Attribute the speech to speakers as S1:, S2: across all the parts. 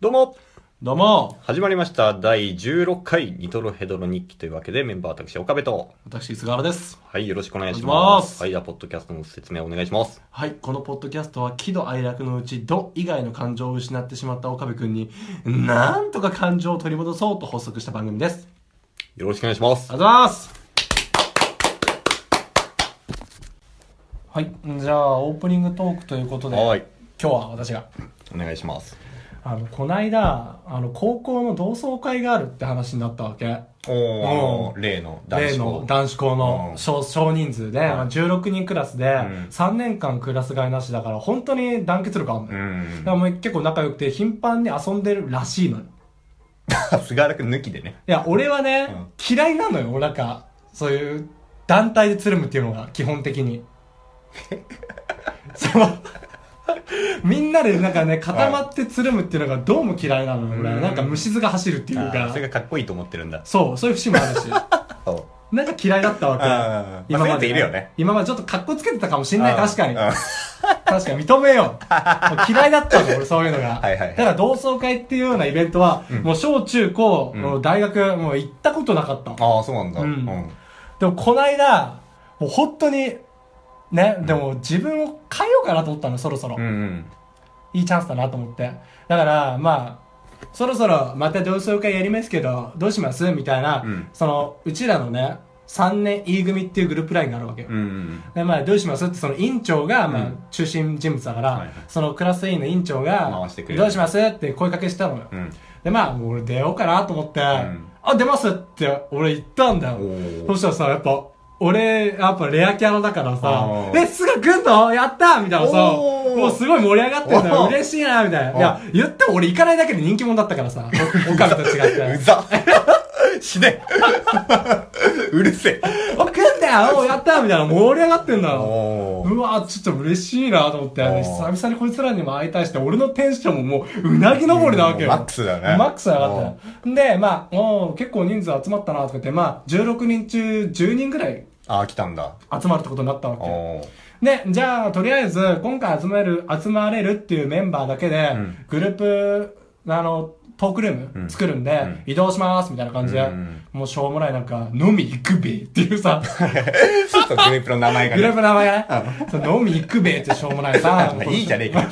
S1: どうも
S2: どうも
S1: 始まりました第16回ニトロヘドロ日記というわけでメンバー私岡部と
S2: 私菅原です
S1: はいよろしくお願いし
S2: お願
S1: ま
S2: いしますす
S1: はいじゃあポッドキャストの説明お願いします
S2: はいこのポッドキャストは喜怒哀楽のうち「怒」以外の感情を失ってしまった岡部君になんとか感情を取り戻そうと発足した番組です
S1: よろしくお願いします
S2: ありがとうございますはいじゃあオープニングトークということで
S1: は
S2: 今
S1: い
S2: 日は私が
S1: お願いします
S2: あのこないだあの高校の同窓会があるって話になったわけ
S1: おー
S2: う
S1: 例の男
S2: 例
S1: 子
S2: の
S1: 校
S2: 男子校
S1: う
S2: の
S1: ん
S2: 少少人数で、まあ16人クラスで、
S1: ん
S2: 3年間クラス替えなしだから、本当に団結力あ
S1: う
S2: んのよ。だ
S1: ん
S2: からもう結構仲良くて、頻繁に遊んでるらしいのよ。
S1: 菅原くん抜きでね
S2: いや、俺は
S1: う
S2: ね、
S1: ん
S2: 嫌いなのよ、俺なんか、そういう、団体でつるむっていうのが、基本 的に。その、みんなでなんかね、固まってつるむっていうのがどうも嫌いなのよ、俺は。
S1: うん
S2: なんか虫唾が走るっていう
S1: あー
S2: か
S1: そ、れがかっこいいと思ってるんだ
S2: そう、そういう節もあるし。
S1: そう
S2: なんか嫌いだったわけ。
S1: あーまあそういうやついるよね
S2: 今までちょっと格好つけてたかもしんない。
S1: あー
S2: 確かに。
S1: あ
S2: 確かに認 めよう。もう嫌いだったの、俺そういうのが。
S1: はいはいはい
S2: だから同窓会っていうようなイベントは、もう小中高、
S1: うん
S2: もう大学、もう行ったことなかった。
S1: あーそうなんだ
S2: うん
S1: うん
S2: でもこの間、もう本当に、ね、でも自分を変えようかなと思ったの、そろそろ。
S1: うんうん
S2: いいチャンスだなと思って。だから、まあ、そろそろまた同窓会やりますけど、どうしますみたいな、
S1: うん
S2: その、うちらのね、3年 E 組っていうグループラインがあるわけよ。
S1: うんうん
S2: でまあ、どうしますってその委員長が、ま
S1: う
S2: あ
S1: ん、
S2: 中心人物だから、
S1: はいはい
S2: そのクラス委員の委員長が
S1: 回してくれる
S2: どうしますって声かけしたのよ、
S1: うん
S2: でまあもう俺出ようかなと思って、
S1: ん
S2: あ出ますって俺言ったんだよ
S1: おー
S2: そしたらさやっぱ俺やっぱレアキャラだからさ
S1: あ
S2: 「
S1: ー
S2: えすぐ来んのやった!」みたいなさ
S1: おー
S2: もうすごい盛り上がってんだ
S1: お
S2: よ
S1: ー
S2: 嬉しいなみたいないや
S1: あ
S2: 言っても俺行かないだけで人気者だったからさお岡部と違っ て
S1: うざ死ね うるせえ
S2: 「お来んだよおやった!」みたいな盛り上がってんだよ
S1: おー
S2: うわちょっと嬉しいなと思って、
S1: あー
S2: 久々にこいつらにも会いたいして、俺のテンションももう、うなぎ登りなわけよ。
S1: うんマックスだね
S2: マックス上がったよ。で、まあ、おー結構人数集まったなとか言って、まあ、16人中10人ぐらい
S1: あー来たんだ
S2: 集まるってことになったわけよ。
S1: おー
S2: で、じゃあ、とりあえず、今回集まる、集まれるっていうメンバーだけで、
S1: うん
S2: グループ、あの、トークルー
S1: うん
S2: ム作るんで、
S1: うん
S2: 移動しますみたいな感じで、
S1: うん
S2: もうしょうもないなんか、飲み行くべっていう さ、
S1: ちょっとグループの名前が
S2: グルー
S1: ね、
S2: プの名前がね、そう飲み行くべってしょうもないさ
S1: いいじゃねえか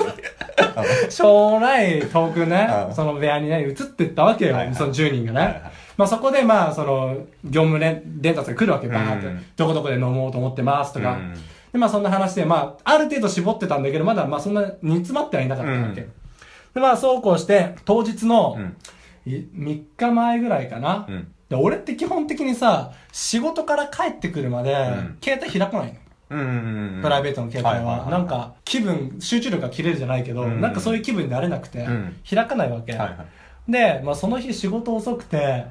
S2: 将来、遠くね
S1: う、ん
S2: その部屋にね、移ってったわけよ
S1: はいは、い
S2: その10人が
S1: はいは
S2: ね
S1: い。
S2: まあそこで、まあ、その、業務連伝達が来るわけよ、バー
S1: う
S2: っ
S1: ん
S2: て。どこどこで飲もうと思ってますと
S1: う
S2: か
S1: ん。
S2: で、まあそんな話で、まあ、ある程度絞ってたんだけど、まだ、まあそんな煮詰まってはいなかったわけ。
S1: うん
S2: で、まあそうこうして、当日の
S1: うん、
S2: 3日前ぐらいかな。
S1: うん
S2: で、俺って基本的にさ、仕事から帰ってくるまで
S1: ん、
S2: 携帯開かないの。
S1: うん
S2: プライベートの携帯
S1: いい
S2: は。
S1: い
S2: なんか、気分、集中力が切れるじゃないけど、
S1: うん
S2: なんかそういう気分になれなくて
S1: うん、
S2: 開かないわけ
S1: はい。はい
S2: で、まあその日仕事遅くて、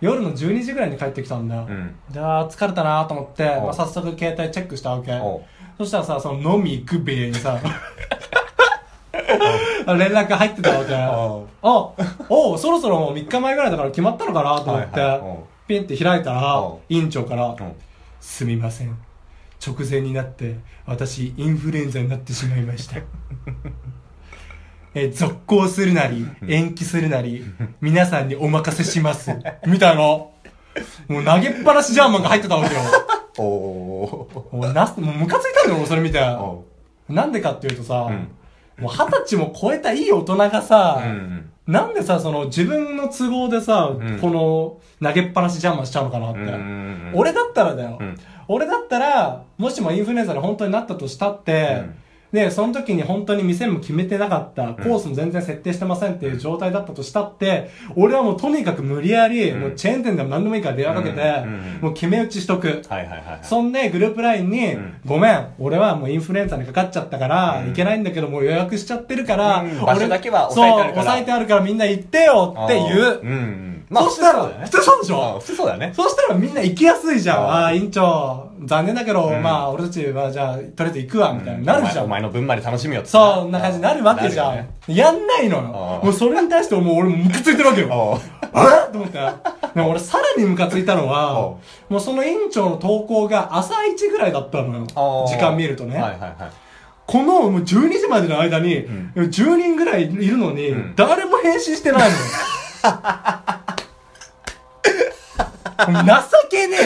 S2: 夜の12時ぐらいに帰ってきたんだよ
S1: う。ん
S2: で、あー疲れたなと思って、
S1: おう
S2: まあ早速携帯チェックしたわけ。
S1: おう
S2: そしたらさ、その飲み行くべに さ、連絡入ってたわけ。
S1: おう
S2: あ、おうそろそろもう3日前ぐらいだから決まったのかなと思って、
S1: はいはいおう
S2: ピンって開いたら
S1: おう、
S2: 委員長から、
S1: うん
S2: すみません直前になって私インフルエンザになってしまいました え続行するなり延期するなり皆さんにお任せしますみたいなもう投げっぱなしジャーマンが入ってたわけよ
S1: おー
S2: もうなもうムカついたんだよ俺それ見て
S1: おう
S2: なんでかっていうとさ、
S1: うん
S2: もう二十歳も超えたいい大人がさ、
S1: うん
S2: なんでさ、その自分の都合でさ、
S1: うん
S2: この投げっぱなしジャーマンしちゃうのかなって。
S1: うんうんうん
S2: 俺だったらだよ、
S1: うん
S2: 俺だったら、もしもインフルエンザに本当になったとしたっ
S1: う
S2: て、
S1: ん
S2: で、その時に本当に店も決めてなかった、コースも全然設定してませんっていう状態だったとしたって、俺はもうとにかく無理やり、
S1: ん
S2: もうチェーン店でも何でもいいから電話かけて、
S1: うんうんうん
S2: もう決め打ちしとく。
S1: はいはいはいはい
S2: そんで、グループ LINE に、
S1: うん
S2: ごめん、俺はもうインフルエンザにかかっちゃったから、
S1: うん
S2: いけないんだけど、もう予約しちゃってるから、
S1: うん
S2: 俺
S1: 場所だけは押さえてあるから
S2: そう、押さえてあるからみんな行ってよって言
S1: あー
S2: う。
S1: うんうん
S2: そしたら、普
S1: 普
S2: 通
S1: 通
S2: そうでし
S1: そうだよねあ
S2: ょ
S1: 普通そうだよね
S2: そしたらみんな行きやすいじゃん。
S1: あー
S2: ああー、委員長、残念だけど、
S1: うん
S2: まあ、俺たちはじゃあ、とりあえず行くわ、みたいになるじゃ
S1: お前お
S2: ん。
S1: 前の分まで楽しみよって
S2: そう、そんな感じになるわけじゃ
S1: なるよ
S2: ん
S1: ね。
S2: やんないのよ。
S1: あー
S2: もうそれに対してもう俺もムカついてるわけよ。
S1: おう
S2: あれと思って。でも俺さらにムカついたのは
S1: お、
S2: もうその委員長の投稿が朝一ぐらいだったのよ。
S1: おう
S2: 時間見るとね。
S1: はいはいはい
S2: このもう12時までの間に、
S1: ん
S2: 10人ぐらいいるのに、
S1: ん
S2: 誰も返信してないの情けね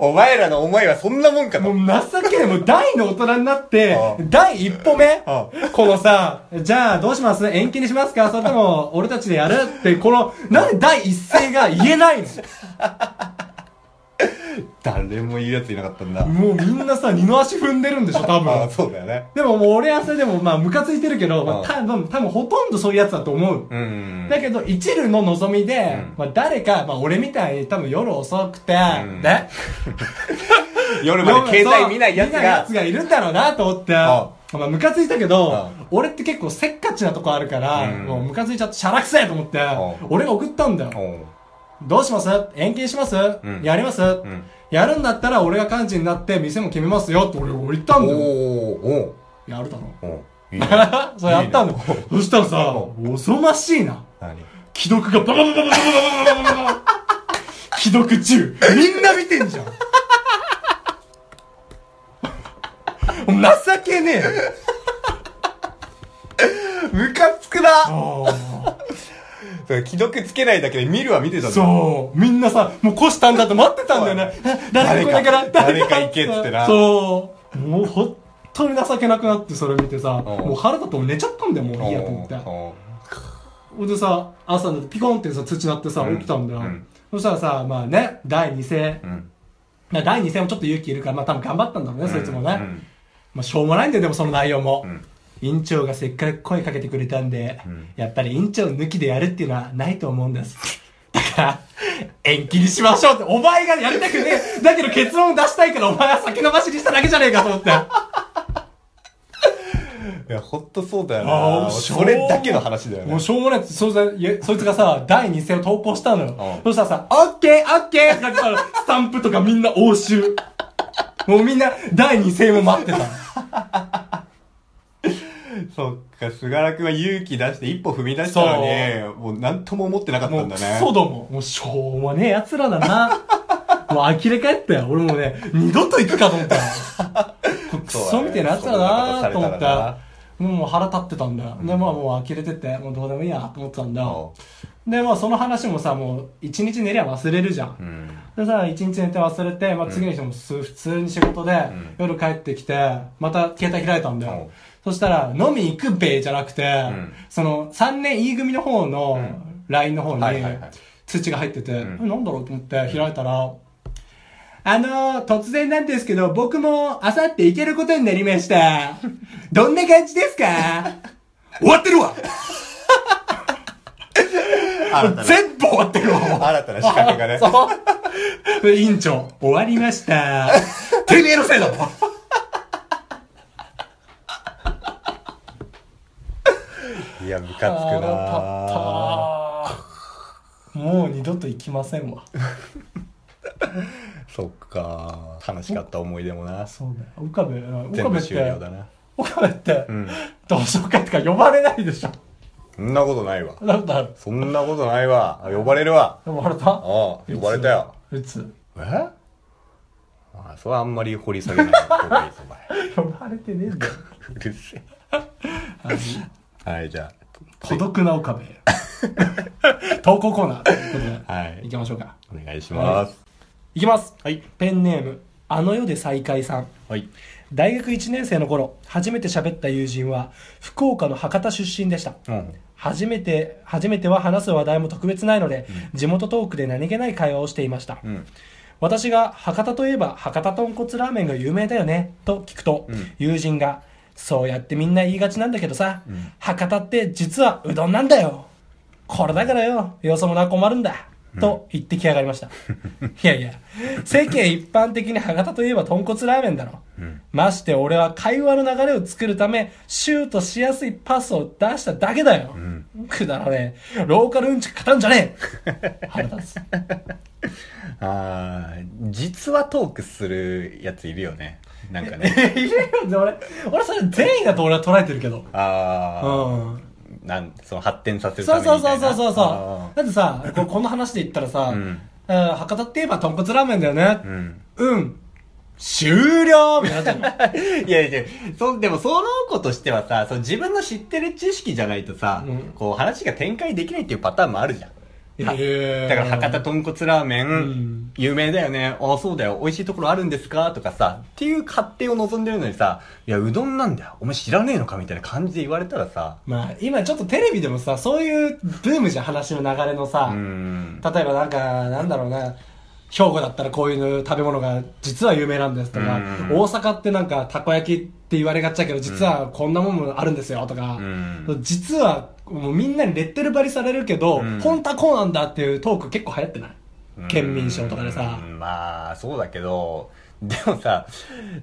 S1: お前らの思いはそんなもんか
S2: えも
S1: と
S2: う。情けねえもう大の大人になって
S1: ああ
S2: 第一歩目
S1: あ
S2: このさじゃあどうします延期にしますかそれとも俺たちでやるってこのなんで第一声が言えないの
S1: 誰もいいやついなかったんだ。
S2: もうみんなさ二の足踏んでるんでしょ多
S1: ああ、
S2: 分
S1: そうだよね。
S2: でももう俺はそれでもまあムカついてるけど、ま
S1: ああ
S2: あ、多分多分ほとんどそういうやつだと思う、
S1: うん。
S2: だけど一縷の望みで、
S1: うん
S2: まあ、誰か、まあ、俺みたいに多分夜遅くて、
S1: ん
S2: ね
S1: 夜まで携帯見ないやつ
S2: 見ないや
S1: が
S2: つ、がいるんだろうなと思って
S1: あ
S2: まあ、ムカついたけど、
S1: あ
S2: 俺って結構せっかちなとこあるから、
S1: うん
S2: もうムカついちゃってしゃらくせえと思って、
S1: あ
S2: 俺が送ったんだよ。
S1: おう
S2: どうします延期にします、
S1: ん
S2: やります、
S1: ん
S2: やるんだったら俺が幹事になって店も決めますよって俺俺言った
S1: お
S2: ん
S1: う
S2: だよ。
S1: おう
S2: やるだろ。
S1: おういいね
S2: そうやったんだよ。そしたらさ、恐ましいな。
S1: 何
S2: 既読がババババババババババババ既読中みんな見てんじゃん情けねえ
S1: ムカつくな
S2: あ
S1: それ既読つけないだけで見るは見てたんだ
S2: そうみんなさもう虎視眈々と待ってたんだよねえ誰か来ないから
S1: 誰か行けっつってな
S2: そうもうほんとに情けなくなってそれ見てさもう腹立って俺寝ちゃったんだよもういいやと思って
S1: おう
S2: ほんでさ朝になってピコンってさ土なってさ
S1: うん
S2: 起きたんだよ、
S1: うん
S2: そしたらさまあね第2戦
S1: おううん
S2: まあ第2戦もちょっと勇気いるから、まあ多分頑張ったんだろうね、そいつもね。
S1: うん
S2: まあしょうもないんだよ、でもその内容も。
S1: うん
S2: 委員長がせっかく声かけてくれたんで、
S1: ん
S2: やっぱり委員長抜きでやるっていうのはないと思うんです。だから、延期にしましょうって、お前がやりたくねえ。だけど結論出したいからお前は先延ばしにしただけじゃねえかと思って。
S1: いやほんとそうだよ
S2: あ
S1: な
S2: あしょう
S1: それだけの話だよ
S2: もう
S1: ね
S2: しょうもないって、そうだいやそいつがさ、第2戦を投稿したのよ。
S1: う
S2: そしたらさ、オッケーオッケーってなんかさ、スタンプとかみんな応酬。もうみんな第2戦を待ってた。
S1: そっか菅原君は勇気出して一歩踏み出したのにもう何とも思ってなかった
S2: も
S1: ん
S2: う
S1: だ
S2: ク
S1: ね
S2: ソども。もうしょうもねえ奴らだな。 もう呆れ返ったよ。俺もうね、二度と行くかと思ったよ。 これクソみたいな奴らだなと思っ
S1: そうだね
S2: た。もう腹立ってたんだよ。で、まあもう呆れてて、もうどうでもいいやと思ってたんだよ。で、まあその話もさ、もう一日寝りゃ忘れるじゃん。
S1: うん
S2: でさ、一日寝て忘れて、まあ、次の日もす普通に仕事で、夜帰ってきて、また携帯開いたんだよ。そしたら、飲み行くべじゃなくて、
S1: ん
S2: その、3年 E 組の方の LINE の方に
S1: はいはいはい
S2: 通知が入ってて、
S1: ん
S2: えなんだろうと思って開いたら、あのー、突然なんですけど、僕も、あさって行けることになりま した。どんな感じですか終わってるわ
S1: 新たな
S2: 全部終わってるわも う
S1: 新たな仕掛けがね
S2: そう。で委員長、終わりました。 てめえのせいだろ
S1: いやムカつくな
S2: もう二度と行きませんわ。
S1: そっか悲しかった思い出もな
S2: そうだよ。岡部、岡
S1: 全
S2: 部
S1: 部
S2: っ
S1: 終了だ
S2: て、
S1: な
S2: 岡部って、
S1: うん
S2: 同窓会とか呼ばれないでしょ。
S1: そんなことないわ
S2: なんだろう。
S1: そんなことないわあ呼ばれるわ
S2: 呼ばれた
S1: ああ呼ばれたよ。
S2: いつ
S1: えあそれはあんまり掘り下げない方がいいぞお 前
S2: いつ呼ばれてねえんだよ。
S1: うるせえはいじゃ
S2: 孤独な岡部。投稿コーナーということで、
S1: あはい
S2: 行きましょうか。
S1: お願いします
S2: いきます。
S1: はい
S2: ペンネーム、あの世で再会さん。
S1: はい
S2: 大学1年生の頃初めて喋った友人は福岡の博多出身でした
S1: うん
S2: 初めて初めては話す話題も特別ないので、地元トークで何気ない会話をしていました、
S1: うん
S2: 私が博多といえば博多豚骨ラーメンが有名だよねと聞くと、
S1: うん
S2: 友人がそうやってみんな言いがちなんだけどさ、博多って実はうどんなんだよこれだからよよそ者は困るんだと言ってきやがりました、 いやいや世間一般的に博多といえば豚骨ラーメンだろ、まして俺は会話の流れを作るためシュートしやすいパスを出しただけだよ、くだらねえローカルうんち語るんじゃねえ腹立つ
S1: あー実はトークするやついるよねなんかね
S2: いるよね俺俺それ善意だと俺は捉えてるけど
S1: ああ
S2: うん
S1: なんその発展させるた
S2: そ
S1: め
S2: う
S1: にみた
S2: そ
S1: いうな
S2: そうそうそうそ
S1: あ
S2: うだってさここの話で言ったらさ、
S1: うん
S2: うん博多って言えば豚骨ラーメンだよね
S1: ーうん
S2: うん、終了みたいになってん の
S1: いやいや、そ、でもその子としてはさ、その自分の知ってる知識じゃないとさ、
S2: うん
S1: こう話が展開できないっていうパターンもあるじゃん。は
S2: へー
S1: だから博多豚骨ラーメン、
S2: ん
S1: 有名だよね。ああ、そうだよ。美味しいところあるんですかとかさ、っていう勝手を望んでるのにさ、いや、うどんなんだよ。お前知らねえのかみたいな感じで言われたらさ、
S2: まあ今ちょっとテレビでもさそういうブームじゃん話の流れのさ、
S1: うん。
S2: 例えばなんかなんだろうな兵庫だったらこういう食べ物が実は有名なんですとか、
S1: うん
S2: 大阪ってなんかたこ焼きって言われがちだけど実はこんなもんもあるんですよとか、
S1: うん
S2: 実はもうみんなにレッテル貼りされるけど、
S1: うん
S2: 本当はこうなんだっていうトーク結構流行ってない県民賞とかでさ、
S1: うんまあそうだけどでもさ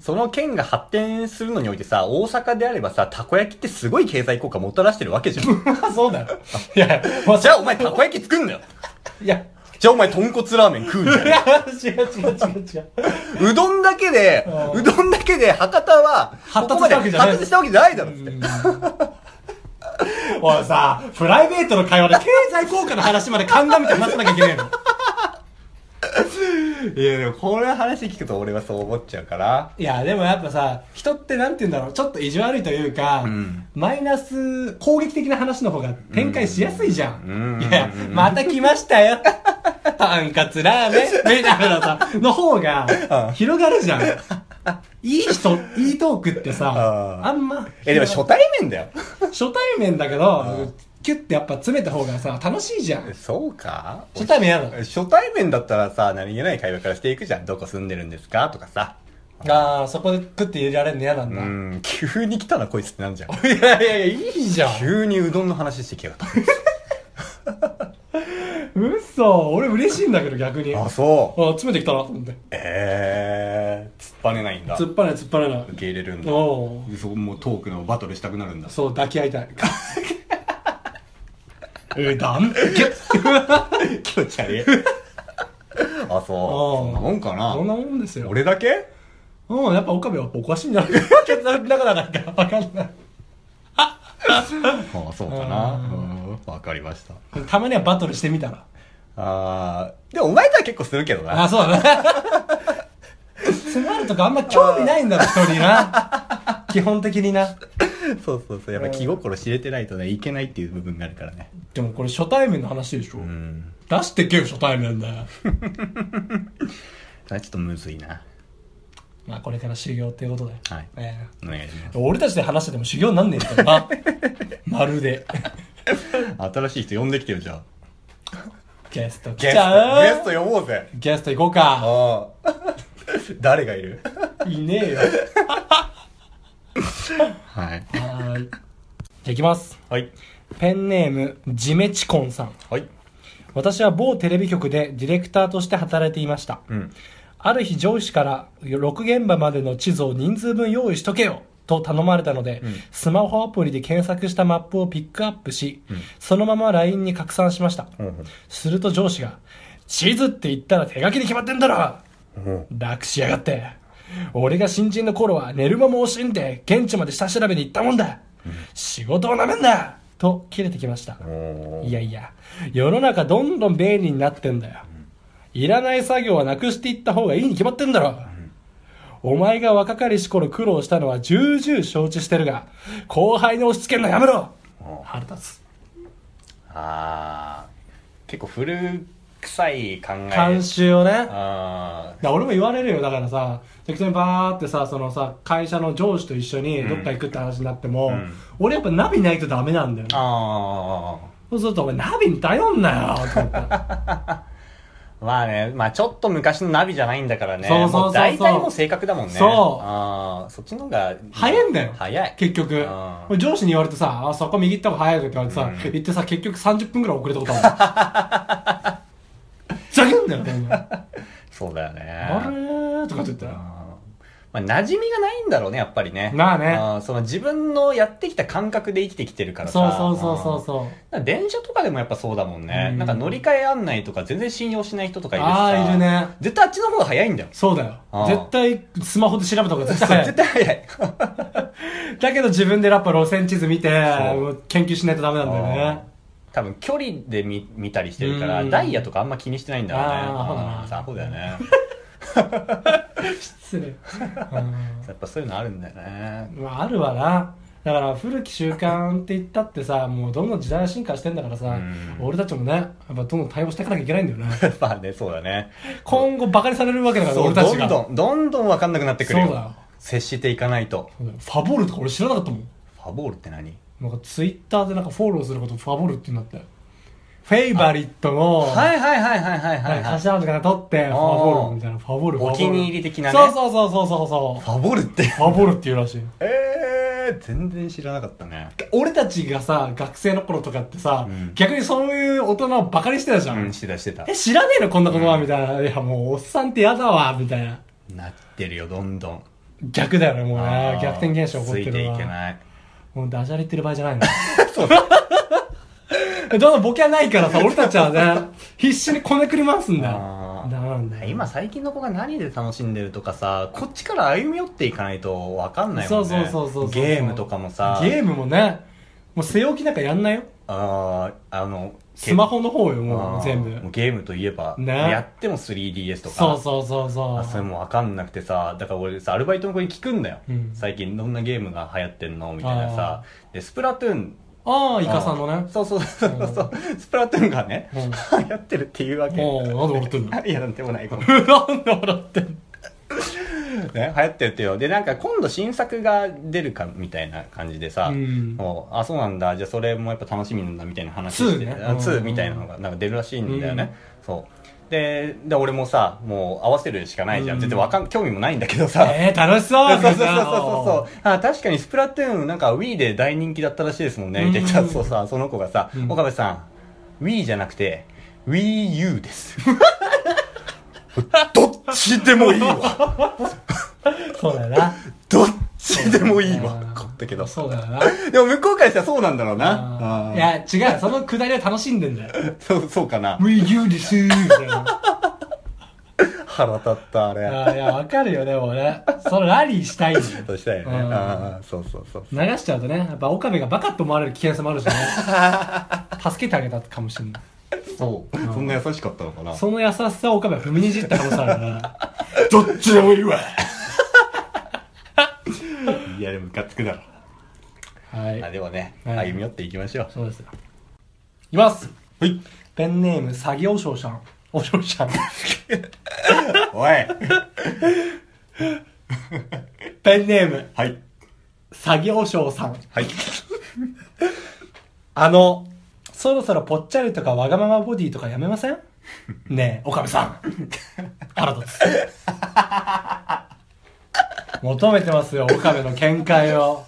S1: その県が発展するのにおいてさ大阪であればさたこ焼きってすごい経済効果もたらしてるわけじゃ ん
S2: そうだよいやまあ
S1: じゃあお前たこ焼き作んなよ
S2: いや
S1: じゃあお前豚骨ラーメン食うん
S2: い
S1: じゃん
S2: や違う違う違う 違う
S1: うどんだけで
S2: うん
S1: うどんだけで博多は
S2: 発
S1: こ
S2: 達
S1: こまで
S2: したわけじゃない
S1: 発達したわけじゃないだろっつって
S2: うんおいさ、プライベートの会話で経済効果の話まで鑑みて話さなきゃいけないの。
S1: いやでもこれ話聞くと俺はそう思っちゃうから
S2: いや、でもやっぱさ、人ってなんて言うんだろう、ちょっと意地悪いというか、
S1: ん
S2: マイナス攻撃的な話の方が展開しやすいじゃん。
S1: うん
S2: いや、また来ましたよ。とんかつラーメンみたいなさ、の方
S1: う
S2: が
S1: ん
S2: 広がるじゃん。いい人、いいトークってさ
S1: う、ん
S2: あんま。
S1: えでも初対面だよ
S2: 初対面だけど、キュッてやっぱ詰めた方がさ、楽しいじゃん。
S1: そうか
S2: 初対面やだ。
S1: 初対面だったらさ何気ない会話からしていくじゃんどこ住んでるんですかとかさ
S2: ああ、そこで食って入れられるの嫌なん
S1: う
S2: だ。
S1: ん急に来たなこいつってなんじゃん
S2: いやいやいや、いいじゃん。
S1: 急にうどんの話してきやがっ
S2: 嘘俺嬉しいんだけど逆に。
S1: た
S2: あ
S1: あそう
S2: 詰めてきたなと思って。
S1: ええー、突っぱねないんだ
S2: 突
S1: 受
S2: っ張れない突っ張れない。
S1: け入れるんだ
S2: お
S1: そこもうトークのバトルしたくなるんだ
S2: うそう、抱き合いたい。うどんギュッ
S1: 気持ち悪い あそうそ
S2: おうん
S1: なもんかな
S2: そんなもんですよ。
S1: 俺だけ
S2: うん、やっぱ岡部はやっぱおかしいんじゃないか。決断だからなんか、わかんない。
S1: あそうかな
S2: う
S1: うんわかりました
S2: たまにはバトルしてみたら。
S1: あーでもお前とは結構するけど
S2: あ、
S1: な
S2: そうだな。詰まるとかあんま興味ないんだろ、人にな。基本的にな。
S1: そうそうそうやっぱ気心知れてないとねいけないっていう部分があるからね
S2: でもこれ初対面の話でしょ。
S1: うん
S2: 出してけよ、初対面で。
S1: それはちょっとむずいな
S2: まあこれから修行っていうことで。
S1: はい
S2: え
S1: お願いしま
S2: え俺たちで話してても修行になんねえ んだよな。まる
S1: す
S2: で。
S1: 新しい人呼んできてよじゃあ
S2: ゲスト来ち
S1: ゲスト
S2: ゃう
S1: ゲスト呼ぼうぜ
S2: ゲスト行こうか。
S1: ああ 誰がいる
S2: いねえよ。
S1: はい
S2: はーい。じゃあ行きます。
S1: はい
S2: ペンネーム、ジメチコンさん。
S1: はい
S2: 私は某テレビ局でディレクターとして働いていました。
S1: うん
S2: ある日上司から6現場までの地図を人数分用意しとけよと頼まれたので、
S1: ん
S2: スマホアプリで検索したマップをピックアップし、
S1: ん
S2: そのまま LINE に拡散しました、
S1: うん
S2: すると上司が「地図って言ったら手書きで決まってんだろ
S1: うん
S2: 楽しやがって俺が新人の頃は寝る間も惜しんで現地まで下調べに行ったもんだ、仕事をなめんな!」と切れてきました、
S1: おー
S2: いやいや、世の中どんどん便利になってんだよ。いらない作業はなくしていった方がいいに決まってんだろ。お前が若かりし頃苦労したのは重々承知してるが、後輩に押し付けるのやめろ
S1: おー
S2: 腹立つ。
S1: あー結構古臭い考え
S2: 慣習をね。だか
S1: あ
S2: ら俺も言われるよ。だからさ、適当にバーってさ、そのさ、会社の上司と一緒にどっか行くって話になっても、
S1: ん
S2: 俺やっぱナビないとダメなんだよ
S1: ー
S2: ね。
S1: あ
S2: そうするとお前ナビに頼んなよと思って。
S1: ーまあねまあちょっと昔のナビじゃないんだからね
S2: そうそうそうそう
S1: も大体もう正確だもんね
S2: そう
S1: あーそっちの方が
S2: 早いんだよ
S1: 早い
S2: 結局
S1: う
S2: 上司に言われてさあそこ右行った方が早いとか言われてさ、
S1: うん
S2: 行ってさ結局30分ぐらい遅れたことあ るふざけんなよみんな
S1: そうだよね
S2: あれーとかって言ったら
S1: あーまあ、馴染みがないんだろうね、やっぱりね。
S2: まあね
S1: ーその自分のやってきた感覚で生きてきてるから
S2: そう
S1: さ。
S2: そうそうそう
S1: う。
S2: そう
S1: なんか電車とかでもやっぱそうだもんね。
S2: うん
S1: なんか乗り換え案内とか全然信用しない人とかいるしさ。
S2: ああいる。ね
S1: 絶対あっちの方が早いんだよ。
S2: そうだよ
S1: あー
S2: 絶対スマホで調べた方が絶対 早
S1: 絶
S2: い
S1: 対早い。
S2: だけど自分でやっぱ路線地図見て
S1: そう
S2: もう研究しないとダメなんだよね
S1: 多分距離で見見たりしてるから、
S2: うん
S1: ダイヤとかあんま気にしてないんだろうね。
S2: あーアホだな
S1: うんアホだよね。
S2: 失礼。うん
S1: やっぱそういうのあるんだよね
S2: まあ、あるわなだから古き習慣って言ったってさもうどんどん時代は進化してんだからさ、
S1: うん
S2: 俺たちもねやっぱどんどん対応していかなきゃいけないんだよな
S1: まあねそうだね
S2: 今後バカにされるわけだから
S1: そう
S2: 俺た
S1: ど
S2: ちが
S1: んどんどんどん分かんなくなってくるよ
S2: そうだよ
S1: 接していかないと
S2: そうだよファボールとか俺知らなかったもん
S1: ファボールって何
S2: なんかツイッターでなんかフォローすることファボールって言うんだってフェイバリットの
S1: はいはいはいはいはいはい、
S2: なんか
S1: はい、フ
S2: 頭とか取ってファボールみたいなファボールファボール
S1: お気に入り的なね
S2: そうそうそうそうそうそう
S1: ァボールって
S2: ファボールって言うらしい
S1: えー、全然知らなかったね
S2: 俺たちがさ学生の頃とかってさ、
S1: うん
S2: 逆にそういう大人をバカにしてたじゃ
S1: うんしてたしてた
S2: え、知らねえのこんな言葉みたいな。いや、もう、おっさんってやだわ、みたいな。
S1: なってるよどんどん
S2: 逆だよね、もう
S1: あ
S2: ね
S1: ー。
S2: 逆転現象起こって
S1: ついて
S2: る
S1: い
S2: わ。
S1: けない
S2: もう、ダジャレ言ってる場合じゃ ないの。 どんどんボケはないからさ、俺たちはね、必死にこねくり回すんだよ。
S1: あー
S2: だなんだよ。
S1: 今最近の子が何で楽しんでるとかさこっちから歩み寄っていかないと分かんないもんね
S2: そうそうそうそうそう
S1: ゲームとかもさ
S2: ゲームもね、もう、背置きなんかやんないよ。
S1: あーあの
S2: スマホの方
S1: あ
S2: よ、も
S1: ー
S2: う、全部。
S1: もうゲームといえば、
S2: ね
S1: やっても 3DS とか
S2: そうそうそうそ
S1: あ
S2: う。
S1: それも分かんなくてさだから俺さアルバイトの子に聞くんだよ、
S2: うん
S1: 最近どんなゲームが流行ってんのみたいなさでスプラトゥーン
S2: ああ、イカさんのね。
S1: そうそうそうそう、スプラトゥーンがね、
S2: う
S1: 流行ってるっていうわけ
S2: もう、なんで笑ってんの
S1: いやなんでもないごめん
S2: なんで笑ってんの
S1: ね、流行ってるってよ。で、なんか今度新作が出るかみたいな感じでさ、
S2: うん
S1: もうあ、そうなんだ、じゃあそれもやっぱ楽しみなんだみたいな話して、
S2: ツーね
S1: あツー
S2: うん
S1: みたいなのがなんか出るらしいんだよね。そう。で、で、俺もさ、もう合わせるしかないじゃん。
S2: うん
S1: 全然わかん、興味もないんだけどさ。
S2: えー、楽しそう
S1: そうそうそうそうそうあ確かにスプラトゥーンなんか Wii で大人気だったらしいですもんねみたいな
S2: うん
S1: そうさその子がさ、
S2: うん
S1: 岡部さん Wii じゃなくて WiiU です どっちでもいいわ
S2: そうだよな。
S1: どっちでもいいわ
S2: あー
S1: 買ったけど
S2: そうだよな。
S1: でも向こうからしたらそうなんだろうな
S2: あ
S1: あ
S2: ー
S1: ー
S2: いや、違う、そのくだりは楽しんでんだ よ。
S1: そうそうかな
S2: We do this! みたいな。
S1: 腹立ったあれ
S2: あーいや、わかるよ、でもね。そのラリーしたいんだよ
S1: そうしたよね
S2: うん
S1: あーそうそうそう
S2: 流しちゃうとね、やっぱ岡部がバカって思われる危険性もあ るしね。助けてあげたかもしれない。
S1: そうそんな優しかったのかな
S2: その優しさを岡部は踏みにじった可能性あるから。どっちでもいいわ
S1: いやでもムカつくだろ
S2: は
S1: あ
S2: い。
S1: でもね
S2: はい
S1: 歩み寄っていきましょう
S2: そうですよ。いきます
S1: はい
S2: ペンネーム、詐欺おしょうさん。おしょうさん。
S1: おい
S2: ペンネーム、
S1: はい
S2: 詐欺おしょうさん。
S1: はい
S2: あの、そろそろぽっちゃりとかわがままボディとかやめませんねえ、岡部さん。腹立つ。求めてますよ、岡部の見解を。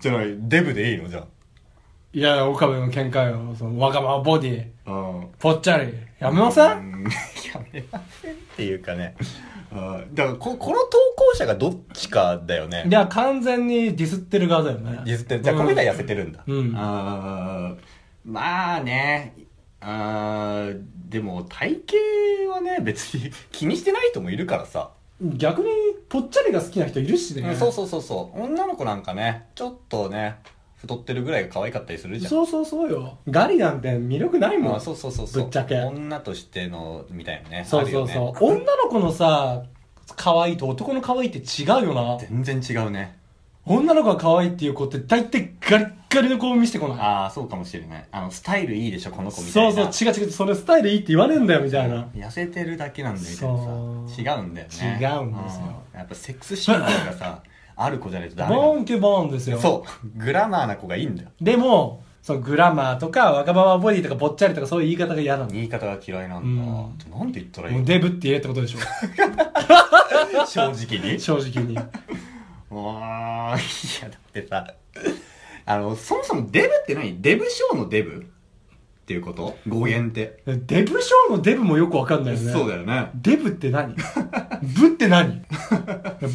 S1: じゃあデブでいいのじゃ
S2: いや、岡部の見解を、そのわがままボディ、
S1: あうん
S2: ぽっちゃり、やめません
S1: うんやめませんっていうかねあだからここの投稿者がどっちかだよね
S2: いや、完全にディスってる側だよね。
S1: ディスってじゃあこの人は痩せてるんだ
S2: うん
S1: あーまあねあーでも体型はね別に 気にしてない人もいるからさ、
S2: うん逆に、ぽっちゃりが好きな人いるしね。
S1: そうそうそうそう女の子なんかねちょっとね太ってるぐらいが可愛かったりするじゃん
S2: そうそうそうよ。ガリなんて魅力ないも
S1: ま
S2: ん。
S1: あそうそうそうそう
S2: ぶっちゃけ
S1: 女としてのみたいなね
S2: そうそう
S1: あるよね
S2: そう。女の子のさ、可愛いと男の可愛いって違うよな。
S1: 全然違うね
S2: 女の子が可愛いっていう子って大体ガリッガリの子を見せてこない。
S1: ああそうかもしれないあのスタイルいいでしょこの子みた
S2: そ
S1: いうな
S2: そう、違う違う、それスタイルいいって言わねえんだよ、みたいな。
S1: 痩せてるだけなんだよみたいなさ違うんだよね
S2: 違うんですよ
S1: うんやっぱセックスシンボルが さある子じゃないとダメ
S2: ボ
S1: な
S2: ンキュボンですよ。
S1: のそうグラマーな子がいいんだよ
S2: でも、そのグラマーとか、若葉ボディとか、ぽっちゃりとか、そういう言い方が嫌なんだよ。
S1: 言い方が嫌いなんだ、
S2: うん
S1: なんで言ったらいい
S2: もう
S1: の
S2: デブって言えってことでしょ。
S1: 正直 に
S2: 正 直に。
S1: うわーいやだってさあのそもそもデブって何デブ賞のデブっていうこと語源って、
S2: デブ賞のデブもよくわかんないよね。
S1: そうだよね
S2: デブって何ブって何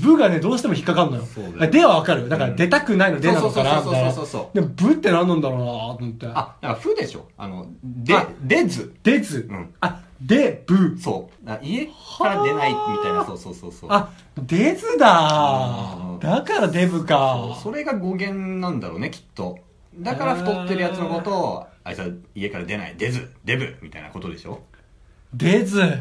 S2: ブがね、どうしても引っかかんのよ
S1: そうだよ。
S2: ではわかるよ。だか
S1: う
S2: ら
S1: ん
S2: 出たくないの出なのかな
S1: そうそ
S2: み
S1: う
S2: た
S1: そ
S2: い
S1: うそ
S2: な
S1: うそうそう。
S2: でも、ブって何なんだろうなと思って。
S1: あだから「ふ」でしょあの「で
S2: あ」
S1: 「でず
S2: でず、
S1: うん
S2: あ、で、ぶ」。
S1: そうだから家から出ないみたいな
S2: はあ
S1: そうそうそうそう
S2: あ、でずだ
S1: うん
S2: だからデブ
S1: そう
S2: か。
S1: それが語源なんだろうねきっとだから太ってるやつのことをあいつは家から出ない出ずデブみたいなことでしょ
S2: 出ず。
S1: うん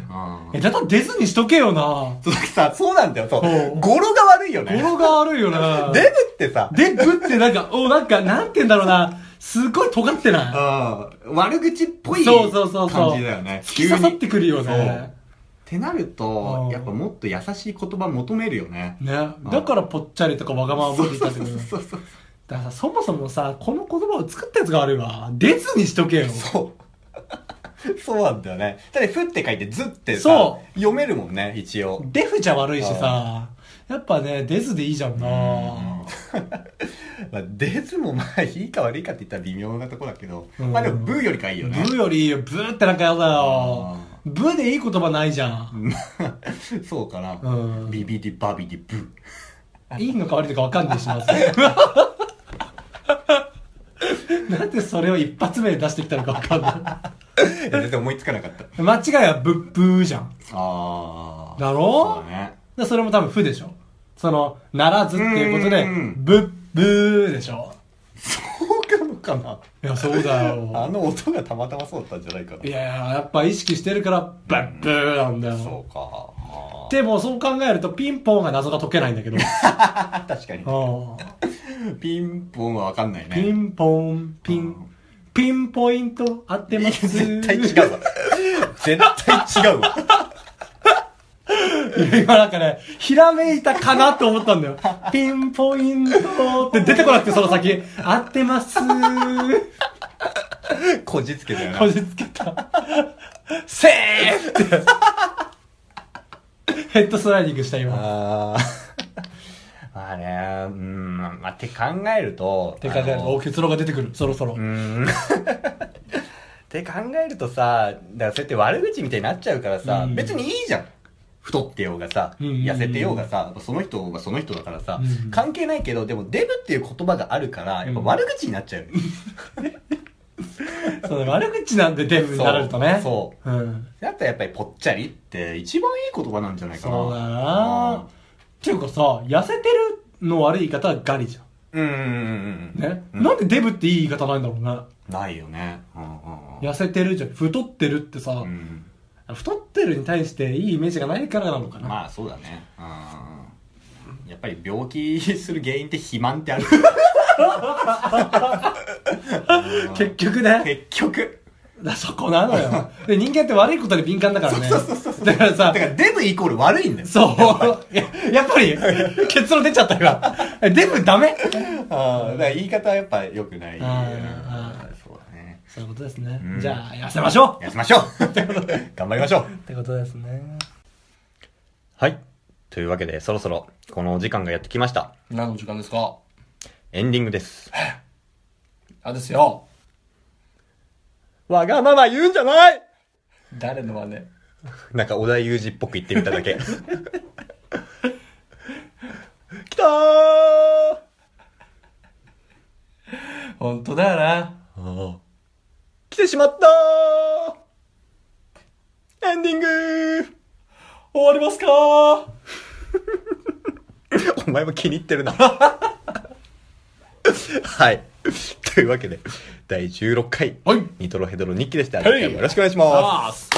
S2: え、だったら出ずにしとけよな。
S1: その時さ、そうなん だよ。そう
S2: ほう。
S1: 語呂が悪いよね。
S2: 語呂が悪いよな。
S1: デブってさ、
S2: デブってなんか、お、なんか、なんて言うんだろうな。すごい尖ってな
S1: うん悪口っぽい
S2: そうそうそうそう
S1: 感じだよね
S2: い。。突き刺さって
S1: 急に
S2: くるよ
S1: そう
S2: ね。
S1: ってなる
S2: う
S1: と
S2: ん、
S1: やっぱもっと優しい言葉求めるよね。
S2: ね。だからぽっちゃりとかわがまま
S1: そ
S2: ぶ
S1: う
S2: り
S1: そ
S2: た
S1: う
S2: け
S1: そ
S2: ど
S1: う
S2: ね。
S1: そうそう。
S2: だからそもそもさ、この言葉を作ったやつが悪いわ。出ずにしとけよ。
S1: そう。そうなんだよね。だって、ふって書いて、ずってさ
S2: そ、
S1: 読めるもんね、一応。
S2: デフじゃ悪いしさ。やっぱね、出ずでいいじゃんな。
S1: まあ、デズもまあ、いいか悪いかって言ったら微妙なとこだけど、
S2: うん
S1: まあでも、ブーよりかいいよね。
S2: ブより、ブーってなんかやだよ。ブーでいい言葉ないじゃん。
S1: そうかな。
S2: うん
S1: ビビディバビディブー。
S2: いいのか悪いのかわかんないしな。 なんでそれを一発目で出してきたのかわかんな
S1: え全然思いつかなかった。
S2: い。間違いはブッブーじゃん。
S1: あー。
S2: だろ
S1: そうだね。
S2: でそれも多分不でしょ。その、ならずっていうことで
S1: う、ん
S2: ブッブーでしょ。
S1: そうかのかな。
S2: いや、そうだ
S1: あ
S2: よ。
S1: の音がたまたまそうだったんじゃないか
S2: い
S1: な。
S2: やいや、やっぱ意識してるから、ブッブーなんだよ。
S1: そうか。あ
S2: でも、そう考えると、ピンポンが謎が解けないんだけど。
S1: ー確かに。
S2: う
S1: ピンポンはわかんない
S2: んピ
S1: ね。
S2: ンポン、ピ
S1: う
S2: ン、ピンポイント合ってます。
S1: 絶対違うわ。絶対違うわ。
S2: 今なんかね、ひらめいたかなって思った んだよ。ピンポイントって出てこなくて、その先。合っ てます。
S1: こじつけだよな。
S2: こじつけた。セーフって。ヘッドスライディングした今。
S1: あー まあね、うん、まあ、って考えると、
S2: てか
S1: あ
S2: ね、
S1: の
S2: お結論が出てくる。そろそろ
S1: う。ん。って考えるとさ、だからそうやって悪口みたいになっちゃうからさ、
S2: うん
S1: 別にいいじゃん。太ってようがさ、
S2: うんうんうん
S1: 痩せてようがさ、やっぱその人がその人だからさ、
S2: うん
S1: 関係ないけど、でもデブっていう言葉があるから、やっぱ悪口になっちゃう よね。
S2: その悪口なんでデブになれるとね。。
S1: そう
S2: うん。
S1: だったらやっぱりぽっちゃりって一番いい言葉なんじゃないかな。
S2: そうだなっていうかさ、痩せてるの悪い言い方はガリじゃ
S1: うん。うんうんうんうん
S2: ん。ね、
S1: うん
S2: なんでデブっていい言い方ないんだろうね。
S1: ないよね。うんうんうん。
S2: 痩せてるじゃん。太ってるってさ、
S1: うん
S2: 太ってるに対していいイメージがないからなのかな。
S1: まあそうだねうんやっぱり病気する原因って肥満 ってある
S2: 結局ね。
S1: 結局
S2: だそこな のよ。で、人間って悪いことに敏感だからね。だから
S1: だ
S2: さ
S1: か、らデブイコール悪いんだよ
S2: そう。いややっぱり、結論出ちゃった今。えデブダメ
S1: あーだから言い方はやっぱ良くない
S2: あー
S1: うんそうだね
S2: そういうことですね。
S1: うん
S2: じゃあ、痩せましょ
S1: 痩せま しょう頑張りましょう
S2: うってことですね。
S1: はいというわけでそろそろこのお時間がやってきました
S3: 何の時間ですか
S1: エンディング です
S3: あ、ですよ。
S1: わがまま言うんじゃない
S3: 誰の真似
S1: なんか織田裕二っぽく言ってみただ けきたー
S3: 本当だよな。
S1: 来てしまったエンディング
S3: 終わりますか
S1: お前も気に入ってるな。はい。というわけで、第16回、
S3: はい
S1: ニトロヘドロ日記でした。
S3: はい
S1: 次回もよろしくお願いします。
S3: あーす。